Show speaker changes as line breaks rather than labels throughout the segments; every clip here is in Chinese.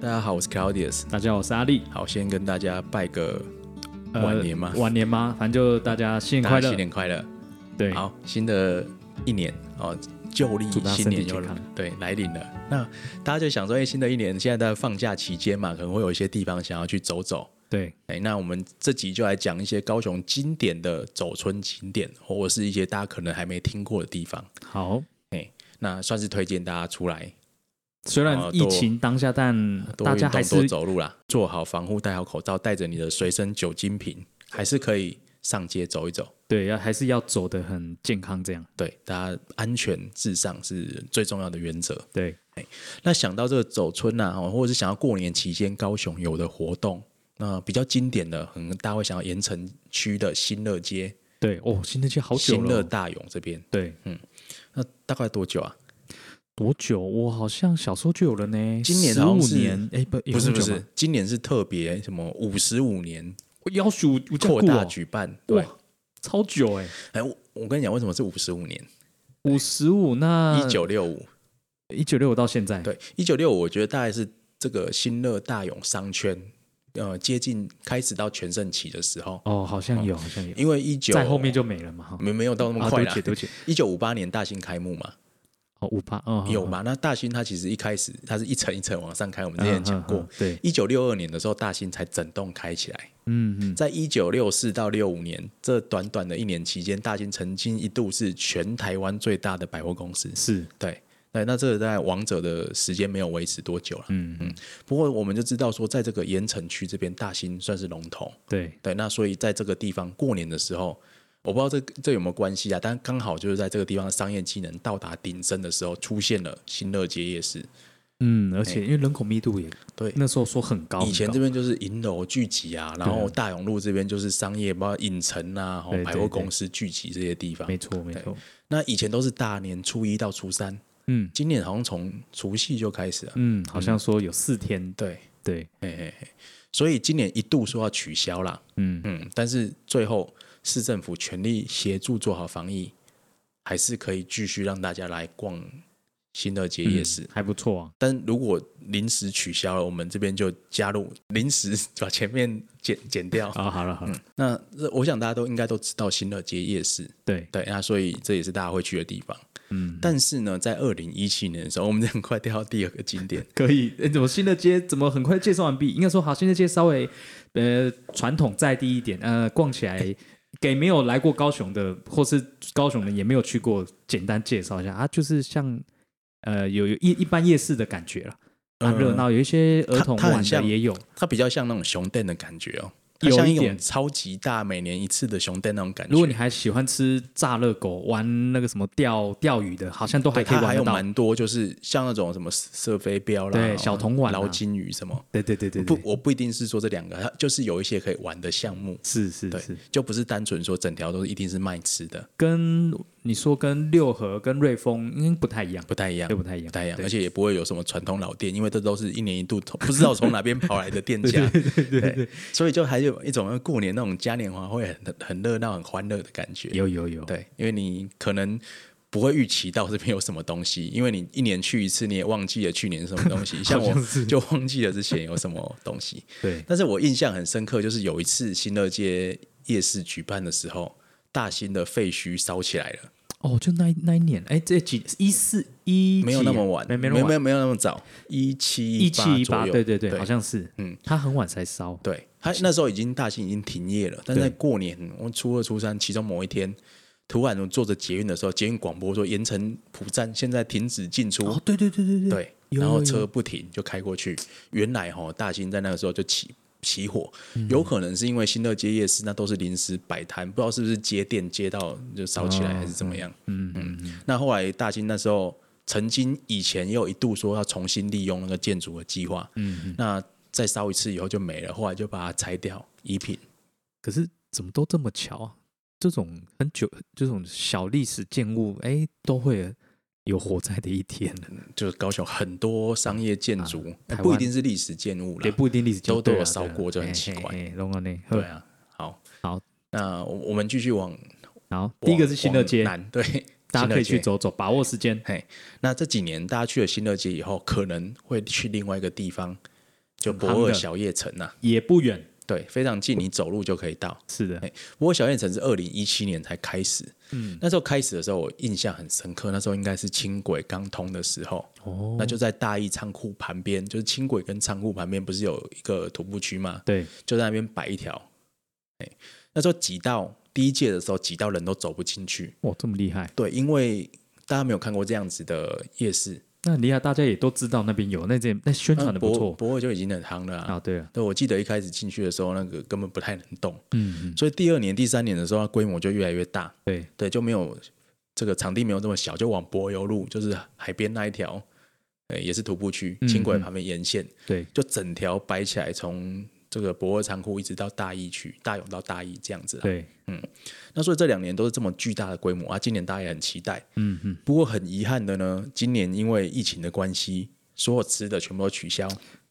大家好，我是 Claudius。
大家好，我是阿力。
好，先跟大家拜个
呃
晚年吗？
晚年吗？反正就大家新年快
大家
乐
新。年快乐！
对，
好，新的一年哦，旧历
祝大家
新年
身体
又
健康
对来临了。那大家就想说，哎、新的一年现在在放假期间嘛，可能会有一些地方想要去走走。
对，
哎、那我们这集就来讲一些高雄经典的走春景点，或者是一些大家可能还没听过的地方。
好。
哎、那算是推荐大家出来
虽
哦
然
多
疫情当下，但
多
大
运
家
动、
还是
多走路啦，做好防护，戴好口罩，带着你的随身酒精瓶，还是可以上街走一走。
对要还是要走得很健康，这样
对，大家安全至上是最重要的原则。
对。
那想到这个走春呐、啊，或者是想要过年期间高雄有的活动，那比较经典的，可能大家会想到盐城区的新乐街、
对哦，新乐街好久
新
了
乐
哦。
大勇这边，
对，
那大概多久啊？
多久？我好像小时候就有了呢。
今年
十
好
五
像是
年，哎，不，
不是不
有这么久
是
吗，，
今年是特别什么五十五年
我要求我
扩大举办。对
啊哇，，超久哎，
哎，我我跟你讲，为什么是五十五年？
五十五那
一九六五，
一九六到现在，
对，一九六五，我觉得大概是这个新乐大勇商圈，呃，接近开始到全盛期的时候，
哦，好像有，好像有，
因为一九
在后面就没了嘛哈。
没没有到那么
啊，
快
对
啦
不起，对不起，
一九五八年大兴开幕嘛，
哦，五八，嗯，
有
嗯？
嘛？那大兴它其实一开始它是一层一层往上开，我们
嗯
之前讲
嗯
过
嗯。对，
一九六二年的时候，大兴才整栋开起来。
嗯嗯，
在一九六四到六五年这短短的一年期间，大兴曾经一度是全台湾最大的百货公司。
是，
对，对，那这个在王者的时间没有维持多久了。
嗯嗯，
不过我们就知道说，在这个盐城区这边，大兴算是龙头。
对，
对，那所以在这个地方过年的时候，我不知道这这有没有关系啊，但刚好就是在这个地方的商业机能到达鼎盛的时候，出现了新乐街夜市。
嗯，而且因为人口密度也
对
那时候说很高，
以前这
很高
边就是银楼聚集啊，然后大勇路这边就是商业，包括影城啊、吼
对对
百货公司聚集这些地方
没。错没错，
那以前都是大年初一到初三，
嗯
今年好像从除夕就开始了。
嗯，好像说有四天，
对，
对，
嘿嘿嘿，所以今年一度说要取消啦，
嗯，
嗯，但是最后市政府全力协助做好防疫，还是可以继续让大家来逛新乐街夜市。
嗯还不错啊，
但如果临时取消了，我们这边就加入临时把前面剪剪掉。
啊，好了好了，
那这我想大家都应该都知道新乐街夜市，
对，
对，那所以这也是大家会去的地方。
嗯，
但是呢，在二零一七年的时候，我们这很快掉到第二个景 点，
可以，诶怎么新的街怎么很快介绍完毕？应该说好，新的街稍微呃传统在地一点，呃，逛起来。给没有来过高雄的，或是高雄人也没有去过，简单介绍一下啊，就是像呃有有一一般夜市的感觉了，啊
嗯
热闹，有一些儿童
它它很
玩的
像
也有，
它比较像那种熊店的感觉哦，它
有
像
一
一种
点
超级大每年一次的熊店那种感觉。
如果你还喜欢吃炸热狗、玩那个什么钓钓鱼的，好像都还
对，
可以
它哦还
玩得
有
到。
蛮多，就是像那种什么射飞镖啦，
对
哦
小铜碗啊
捞金鱼什么。
对对对对
不
对，，
我不一定是说这两个，它就是有一些可以玩的项目，
是是
对
是，，
就不是单纯说整条都是一定是卖吃的，
跟你说跟六合、跟瑞丰应该不太一样，
不太一样
对，，不太一样，
不太一样，
对
而且也不会有什么传统老店，因为这都是一年一度从不知道从哪边跑来的店家， 对，所以就还有一种过年那种嘉年华会很很热闹、很欢乐的感觉，
有有有，
对，因为你可能不会预期到这边有什么东西，因为你一年去一次，你也忘记了去年什么东 西。像我就忘记了之前有什么东西，
对
但是我印象很深刻，就是有一次新乐街夜市举办的时候，大兴的废墟烧起来了，
哦，就那一那一年，哎，这几一四一啊
没有那么晚，
没没
没
那么
有没有
晚，
没有那么早，一七
一七一
左
八，
右，
对对对，好
对
像是，
嗯
嗯，他很晚才烧，
对，他那时候已经大兴已经停业了，但是在
对
过年，我初二、初三其中某一天。突然，我坐着捷运的时候，捷运广播说盐城浦站现在停止进出。
哦，对对对对，
对，
有
然后
有
车不停就开过去。原来哈、大兴在那个时候就起起火，
嗯
有可能是因为新乐街夜市那都是临时摆摊，不知道是不是接电接到就烧起来还是怎么样。
嗯嗯，
那后来大兴那时候曾经以前也有一度说要重新利用那个建筑的计划，嗯，那再烧一次以后就没了，后来就把它拆掉遗品。
可是怎么都这么巧啊？这种很久这种小历史建物，哎，都会有火灾的一天的。
就是高雄很多商业建筑、
啊
呃
台湾
不一定是历史建物啦
也，不一定历史
都
对
都有
啊
烧
对啊
过就很
嘿
奇
嘿
怪
嘿弄到那
对
呵
啊。好，
好，
那我我们继续往
好，第一个是新乐街
往，南对，
大家可以去
新乐街。
走走，把握时间。
嘿，那这几年大家去了新乐街以后，可能会去另外一个地方，就博尔小夜城呐、
也不远。
对，非常近，你走路就可以到。
是的，
不过小夜城是二零一七年才开始，嗯，那时候开始的时候我印象很深刻，那时候应该是轻轨刚通的时候，哦，那就在大义仓库旁边，就是轻轨跟仓库旁边不是有一个徒步区吗？
对，
就在那边摆一条，哎，那时候挤到第一届的时候挤到人都走不进去，
哇，这么厉害！
对，因为大家没有看过这样子的夜市，
那很厉害，大家也都知道那边有，那啊这那宣传的不
博
错
博尔就已经很夯了啊
啊。对啊，
对，我记得一开始进去的时候，那个根本不太能动，
嗯嗯，
所以第二年、第三年的时候，它规模就越来越大。
对，
对，就没有这个场地没有这么小，就往柏油路，就是海边那一条，呃，也是徒步区，
嗯
轻轨
嗯
旁边沿线，
对，
就整条摆起来，从这个博尔仓库一直到大义区，大勇到大义这样子啦。
对，
那所以这两年都是这么巨大的规模啊，今年大家也很期待。
嗯嗯，
不过很遗憾的呢，今年因为疫情的关系，所有吃的全部都取消。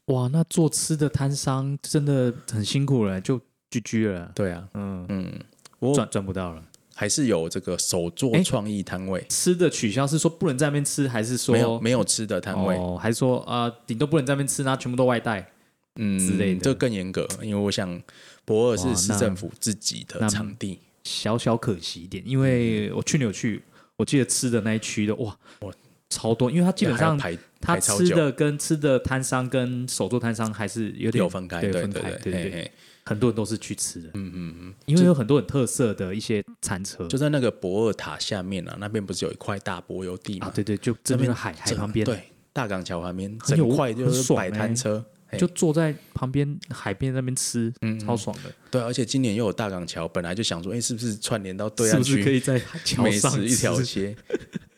哇，那做吃的摊商真的很辛苦了，就 GG 了，
对啊，
嗯，
嗯，不过
赚赚不到了。
还是有这个手作
诶
创意摊位，
吃的取消是说不能在那边吃，还是说
没有没有吃的摊位。
哦，还是说啊，呃顶、多不能在那边吃，那全部都外带，
嗯
之类的
这更严格，因为我想博尔
哇
是市政府自己的
那
场地，
小小可惜一点。因为我去年有去，我记得吃的那一区的嗯哇，
哇
超多，因为它基本
还要
上
排
它
排超
吃
久，
的跟吃的摊商跟手作摊商还是有点
有分开，
对
对
分
对
开，对
嘿
对
嘿
很多人都是去吃的，
嗯嗯嗯，
因为有很多很特色的一些餐车，
就在那个博尔塔下面啊，那边不是有一块大柏油地
啊
嘛，，
对对，就这
那
边的海海
整
旁边，，
对，大港桥旁边，
很有
整块就
很
是
爽
摆摊
欸
车，嘿
就坐在旁边海边那边吃，
嗯
超爽的，
对，而且今年又有大港桥，本来就想说，哎，是不是串联到对
是
岸
不是可
区，
以在桥
美
上
食一条
吃
街？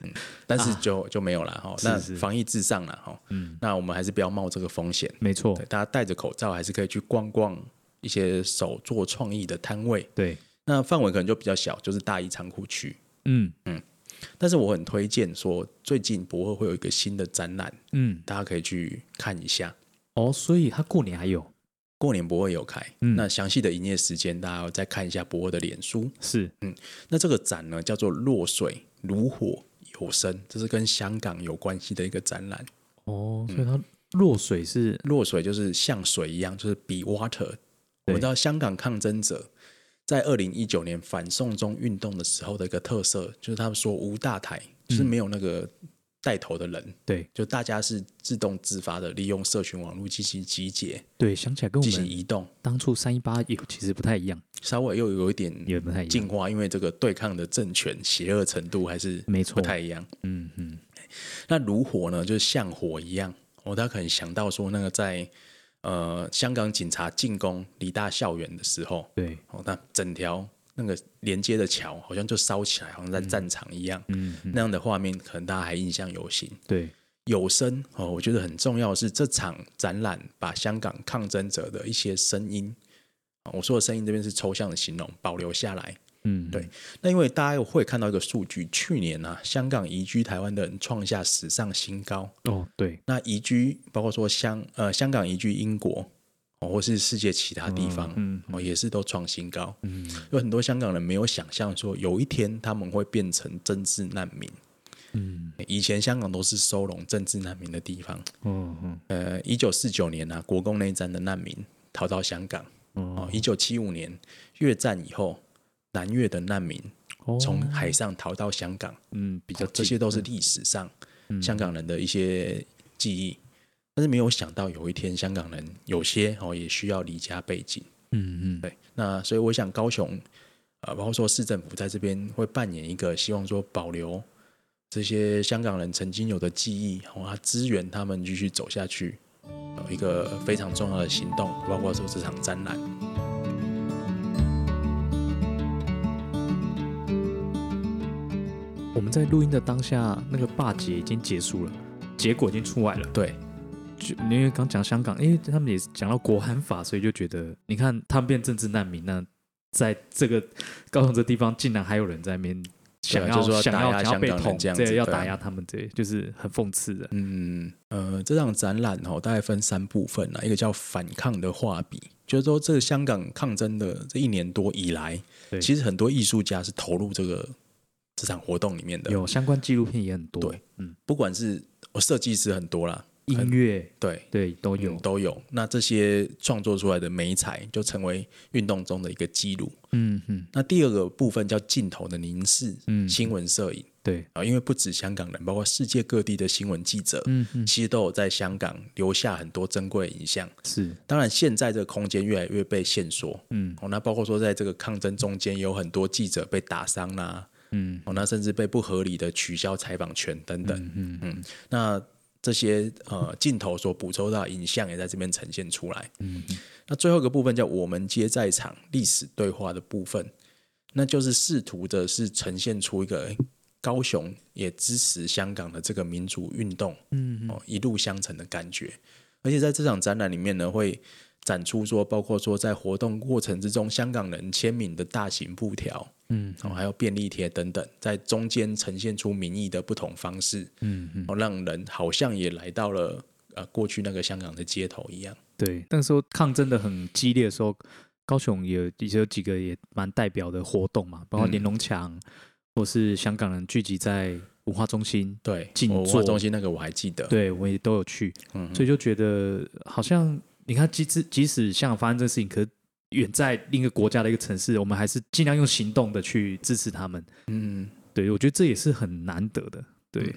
嗯但是就就没有了哈，
是
那
是嗯
防疫至上了哈，那我们还是不要冒这个风险。
没错
对，，大家戴着口罩还是可以去逛逛一些手作创意的摊位。
对，
那范围可能就比较小，就是大一仓库区。
嗯
但是我很推荐说，最近博会会有一个新的展览，
嗯，
大家可以去看一下。
哦，所以他过年还有
过年博会有开，
嗯
那详细的营业时间大家再看一下博会的脸书。
是
嗯那这个展呢叫做“落水如火有声”，这是跟香港有关系的一个展览。
哦，所以它落水是
落水就是像水一样，就是 be water。我
对
们知道香港抗争者在二零一九年反送中运动的时候的一个特色，就是他们说无大台，就是没有那个带头的人，
对
就大家是自动自发的利用社群网络进行集结、
对，想起来跟我
进行
们
移动，
当初三一八有其实不太一样，
稍微又有一点
也不太一样，
进化，因为这个对抗的政权邪恶程度还是
没错
不太一样。
嗯嗯，
那如火呢，就是像火一样。我大家可能想到说，那个在呃香港警察进攻理大校园的时候，
对，
哦，那整条那个连接的桥好像就烧起来，好像在战场一样。
嗯嗯
那样的画面，可能大家还印象犹新。
对，
有声哦，我觉得很重要的是，这场展览把香港抗争者的一些声音，哦我说的声音这边是抽象的形容，保留下来。
嗯
对那因为大家会看到一个数据，去年啊，香港移居台湾的人创下史上新高。
哦对，
那移居包括说香呃香港移居英国哦，或是世界其他地方，
嗯
哦也是都创新高。
嗯，
有很多香港人没有想象说有一天他们会变成政治难民。
嗯，
以前香港都是收容政治难民的地方。
嗯嗯
呃，一九四九年啊，国共内战的难民逃到香港。
嗯
哦，一九七五年越战以后，南越的难民
哦，
从海上逃到香港。
嗯比较
这
近
些都是历史上香港人的一些记忆。但是没有想到有一天，香港人有些哦也需要离家背景。
嗯嗯
对，那所以我想高雄，呃，包括说市政府在这边会扮演一个希望说保留这些香港人曾经有的记忆，然后支援他们继续走下去，有一个非常重要的行动，包括说这场展览。
我们在录音的当下，那个霸姐已经结束了，结果已经出来了。
对，
就因为刚讲香港，因为他们也是讲到国安法，所以就觉得，你看他们变政治难民，那在这个高雄这地方，竟然还有人在那边想要、啊
就是说
想
打
要
压
想要被
香港
捅，
人这样子
要
对啊
打压他们，这就是很讽刺的。
嗯，呃，这场展览哦，大概分三部分啊啦，一个叫反抗的画笔，就是说这个香港抗争的这一年多以来，
对
其实很多艺术家是投入这个这场活动里面的，
有相关纪录片也很
哦
多，
对不管是我设计师很多啦，
音乐，
对，
对，都有
嗯，都有。那这些创作出来的美彩就成为运动中的一个记录。
嗯嗯，
那第二个部分叫镜头的凝视，
嗯
新闻摄影
对，
啊，因为不止香港人，包括世界各地的新闻记者，
嗯嗯，
其实都有在香港留下很多珍贵的影像。
是，
当然，现在这个空间越来越被限缩，
嗯
哦，那包括说在这个抗争中间，有很多记者被打伤啦、
嗯
哦，那甚至被不合理的取消采访权等等，嗯那这些呃镜头所捕捉到的影像也在这边呈现出来，嗯，那最后一个部分叫我们皆在场历史对话的部分，那就是试图的是呈现出一个诶高雄也支持香港的这个民族运动，嗯，哦一路相承的感觉，而且在这场展览里面呢会。展出说，包括说在活动过程之中，香港人签名的大型布条，
嗯
哦，还有便利贴等等，在中间呈现出民意的不同方式，
嗯嗯，
哦，让人好像也来到了呃过去那个香港的街头一样。
对，那时候抗争的很激烈的时候，高雄也有也有几个也蛮代表的活动嘛，包括
嗯
连龙墙，或是香港人聚集在文化中心，
对，
静
我文
坐
化中心那个我还记得。，
对我也都有去，
嗯哼，
所以就觉得好像你看，即使即使香港发生这个事情，可是远在另一个国家的一个城市，我们还是尽量用行动的去支持他们。
嗯，
对我觉得这也是很难得的。对，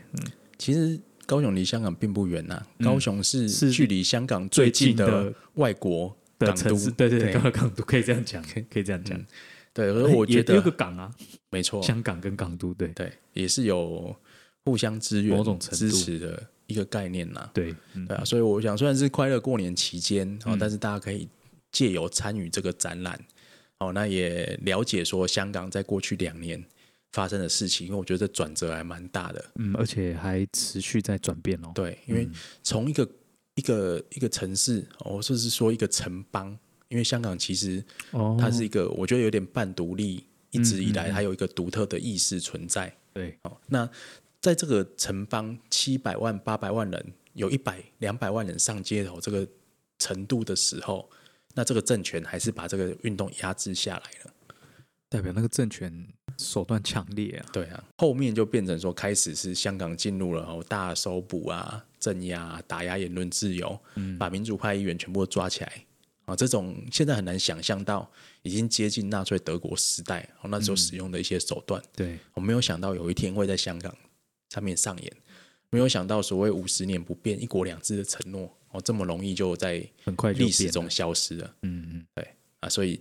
其实高雄离香港并不远呐、
嗯
高雄是
是
距离香港最近的外国
的
港
城
都
市，。对对对，
对
港港都可以这样讲，可以这样讲
嗯。对，所以我觉
哎也有
得
个港啊，
没错，
香港跟港都，对
对，也是有互相支援、
某种程度
支持的一个概念呐、
对，嗯
对啊，所以我想，虽然是快乐过年期间哦，但是大家可以借由参与这个展览，哦，那也了解说香港在过去两年发生的事情，因为我觉得这转折还蛮大的。
嗯，而且还持续在转变哦。
对，因为从一个、一个一个城市，哦，甚至说一个城邦，因为香港其实
哦，
它是一个，我觉得有点半独立，一直以
嗯嗯
来
嗯
它有一个独特的意识存在。
对，
哦，那在这个城邦七百万、八百万人，有一百、两百万人上街头这个程度的时候，那这个政权还是把这个运动压制下来了。
代表那个政权手段强烈啊。
对啊，后面就变成说，开始是香港进入了哦大搜捕啊、镇压啊、打压言论自由，把民主派议员全部都抓起来。啊，这种现在很难想象到，已经接近纳粹德国时代、哦、那时候使用的一些手段。
对，
我没有想到有一天会在香港上面上演，没有想到所谓五十年不变、一国两制的承诺，哦，这么容易就在
很快就
历史
变了。
中消失了
嗯嗯，
啊！所以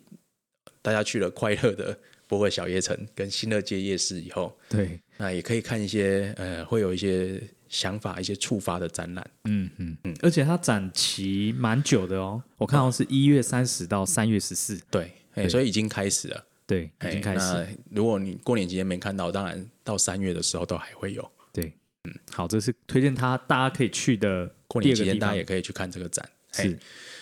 大家去了快乐的博尔小夜城跟新乐街夜市以后，
对，
那也可以看一些呃，会有一些想法、一些触发的展览。
嗯嗯嗯，而且它展期蛮久的哦，我看到是一月三十到三月十四，
对，哎、
对
所以已经开始了，
对，已
哎
经开始。
那如果你过年期间没看到，当然到三月的时候都还会有。
对，嗯，好，这是推荐他大家可以去的
过
第
年
二
期
个
间
地
大家哎
方
也可以去看这个展。嘿
是，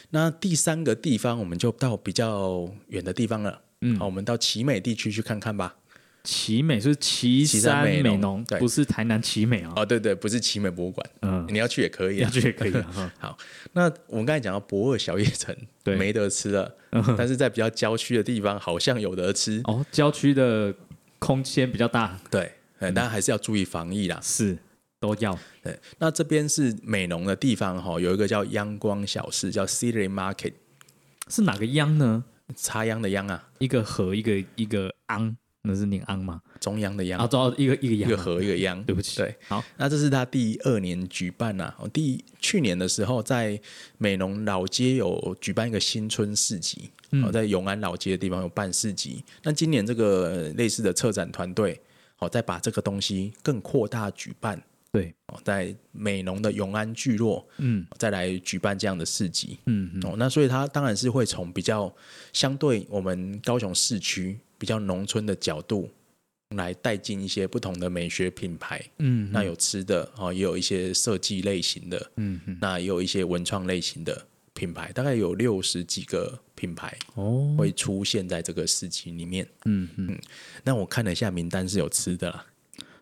那第三个地方，我们就到比较远的地方了。
嗯
好，我们到奇美地区去看看吧。
奇美，就是奇
旗山
山
美
美
浓
浓，
对
不是台南奇美啊，
哦，对对，不是奇美博物馆，
嗯，
你要去也可以
要
啊。
去也可以 啊，哈
好，那我们刚才讲到博尔小夜城，
对嗯
没得吃了，但是在比较郊区的地方好像有得吃。
哦，郊区的空间比较大，
对，呃当然还是要注意防疫啦。
是都要，
对，那这边是美浓的地方哈、有一个叫央光小市，叫 City Market，
是哪个央呢？
插秧的秧啊，
一个和一个一个昂，那是念昂吗？
中央的央，
啊，找到一个一个
一
央
个
啊，
河一个秧。
对不起，
对，
好，
那这是他第二年举办啦、哦，第去年的时候，在美浓老街有举办一个新春市集，哦，在永安老街的地方有办市集。那今年这个呃类似的策展团队，哦，再把这个东西更扩大举办，
对，
哦，在美浓的永安聚落
嗯
再来举办这样的市集。
嗯嗯，
哦，那所以它当然是会从比较相对我们高雄市区比较农村的角度来带进一些不同的美学品牌，
嗯，
那有吃的哦，也有一些设计类型的，
嗯嗯，
那也有一些文创类型的品牌，大概有六十几个品牌
哦，
会出现在这个市集里面。
嗯嗯，
那我看了一下名单是有吃的啦，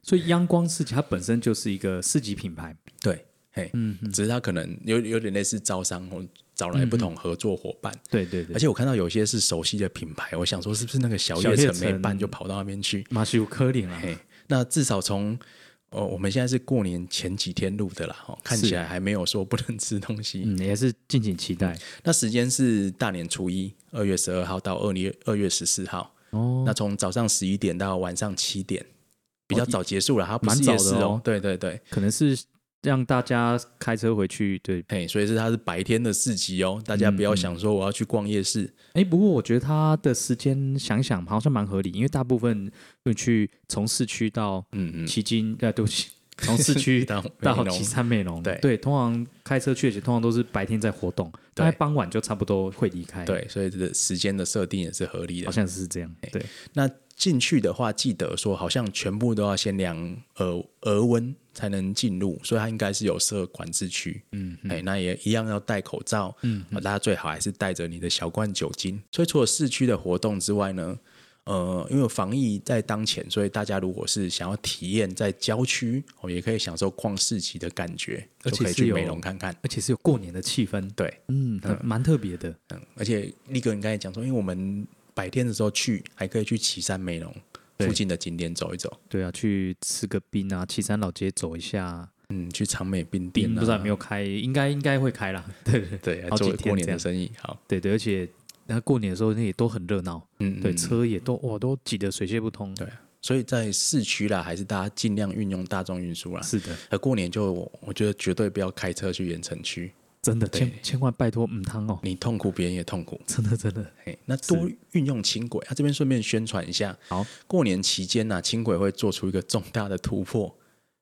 所以央光市集它本身就是一个市集品牌，
对，嘿，嗯，只是它可能有有点类似招商，我找来不
嗯
同合作伙伴。
对对对
而，且我看到有些是熟悉的品牌，我想说是不是那个小
小
夜
夜
城没
城
办就跑到那边去？
马西有科林啊，
嘿，那至少从哦，我们现在是过年前几天录的啦，哦，看
是
起来还没有说不能吃东西。
嗯，也是敬请期待
那时间是大年初一，二月十二号到二月二月十四号。
哦。
嗯那从早上十一点到晚上七点，比较早结束了，它不
蛮
是
早
夜
的
市
哦
对对对，
可能是让大家开车回去，对。
嘿，所以是它是白天的市集哦，大家不
嗯
要想说我要去逛夜市，
哎，不过我觉得它的时间想想好像蛮合理，因为大部分你去从市区到
嗯嗯，
旗津，呃，对不起，从市 区
到
到
美浓
旗山美容，
对
对，通常开车去，而且通常都是白天在活动，大概
对
傍晚就差不多会离开，，
对，所以这个时间的设定也是合理
好
的。
像是这样，对，
那进去的话，记得说好像全部都要先量额额温才能进入，所以它应该是有设管制区。嗯，哎、那也一样要戴口罩。嗯，大家最好还是带着你的小罐酒精。所以除了市区的活动之外呢，呃，因为防疫在当前，所以大家如果是想要体验在郊区，哦，也可以享受逛市集的感觉，
而
就
且
可以
是
去
有
美容看看。
而且是有过年的气氛，
对，
嗯，蛮特别的，
嗯，而且力哥，你刚才讲说，因为我们白天的时候去，还可以去旗山美容
对
附近的景点走一走，
对啊，去吃个冰啊，七山老街走一下，
嗯，去长美冰店、
冰
啊，
嗯不知道有没有开，应该应该会开啦，对对
对，来
好几
做
天
过年
这样
的生意，好，
对对，而且那过年的时候那也都很热闹，
嗯，
对，
嗯
车也都哇都挤得水泄不通，
对，所以在市区啦，还是大家尽量运用大众运输啦。
是的，
呃，过年就我我觉得绝对不要开车去盐城区，
真的
对
千千万拜托，嗯，汤哦，
你痛苦，别人也痛苦。
真的真的
嘿，那多运用轻轨，啊，这边顺便宣传一下。
好，
过年期间呢、轻轨会做出一个重大的突破，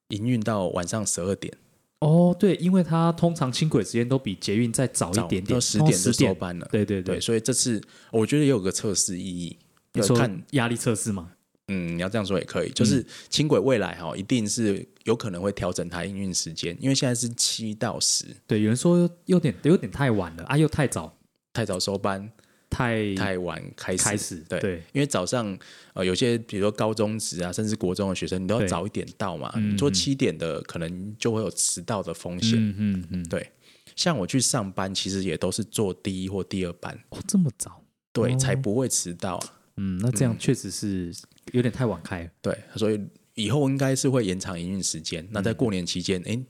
营运到晚上十二点，
哦，对，因为它通常轻轨时间都比捷运再早哦一
早
点
到
点，
十
通
点
常
就
十
收
点，
班了。
对对
对，
对，
所以这次我觉得也有个测试意义，
你
要
说
看，
压力测试嘛，
嗯，你要这样说也可以，就是轻轨未来哈、一定是有可能会调整它营运时间，因为现在是七到十，
对，有人说有点有点太晚了啊，又太早，
太早收班，
太
太晚开始，
嗯开始，
对
对
因为早上呃有些比如说高中职啊，甚至国中的学生，你都要
对
早一点到嘛，
嗯
你做七点的可能就会有迟到的风险。
嗯嗯嗯，
对像我去上班，其实也都是坐第一或第二班，
哦，这么早，
对，
哦
才不会迟到啊。
嗯，那这样确实是有点太晚开了，
对，所以以后应该是会延长营运时间。那
嗯
在过年期间，诶，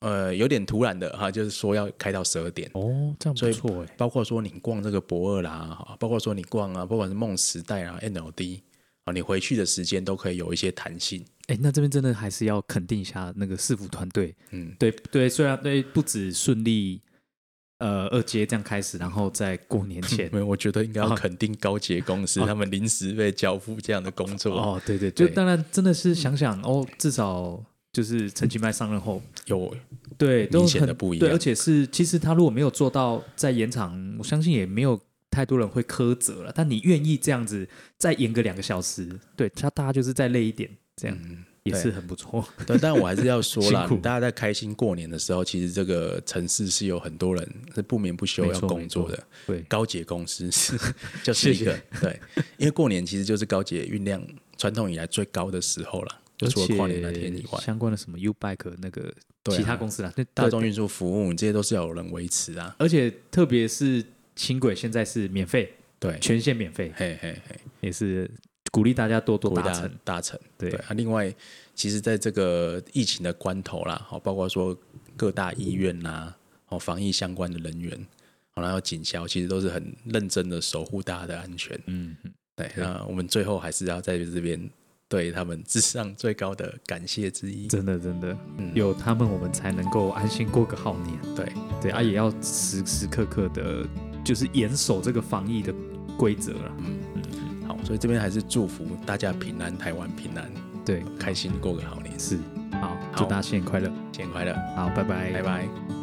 呃，有点突然的哈，就是说要开到十二点，
哦，这样
所
不
以
错哎，
包括说你逛这个博二啦，包括说你逛啊，不管是梦时代啊、NLD 啊，你回去的时间都可以有一些弹性。
哎，那这边真的还是要肯定一下那个市府团队，
嗯，，
对对，虽然对不止顺利，呃，二阶这样开始，然后在过年前
没有，我觉得应该要肯定高捷公司、他们临时被交付这样的工作，
哦，对对，
对
就当然真的是想想哦，至少就是陈其迈上任后，
有
对，都
明显
很
的不一
对，
样
而且是其实他如果没有做到在延长，我相信也没有太多人会苛责了。但你愿意这样子再延个两个小时，对他大家就是再累一点，这样、也
嗯对
是很不错。
但但我还是要说 啦
辛苦，
大家在开心过年的时候，其实这个城市是有很多人是不眠不休
没
要
错
工作的。
对，
高捷公司是就是一个对，因为过年其实就是高捷运量传统以来最高的时候了，就
而
除了
且
跨年那天以外，
相关的什么 U Bike 那个
对啊
其他公司啦，那
大众运输服务这些都是要有人维持啊。
而且特别是轻轨现在是免费，
对，
全线免费，
嘿嘿嘿，
也是鼓励大家多多
鼓励
达
大家
成。
达成。
对
对啊，另外，其实在这个疫情的关头啦，好，包括说各大医院啦、哦，防疫相关的人员，好，然后警消，其实都是很认真的守护大家的安全。
嗯，
对，那我们最后还是要在这边对他们致上最高的感谢之一。
真的真的
嗯
有他们，我们才能够安心过个好年。
对，
对啊，也要时时刻刻的，就是严守这个防疫的规则了。
嗯好，所以这边还是祝福大家平安，台湾平安，
对，
开心过个好年，
是好，祝大家新年快乐！
新年快乐，哎
好，拜拜，
拜拜。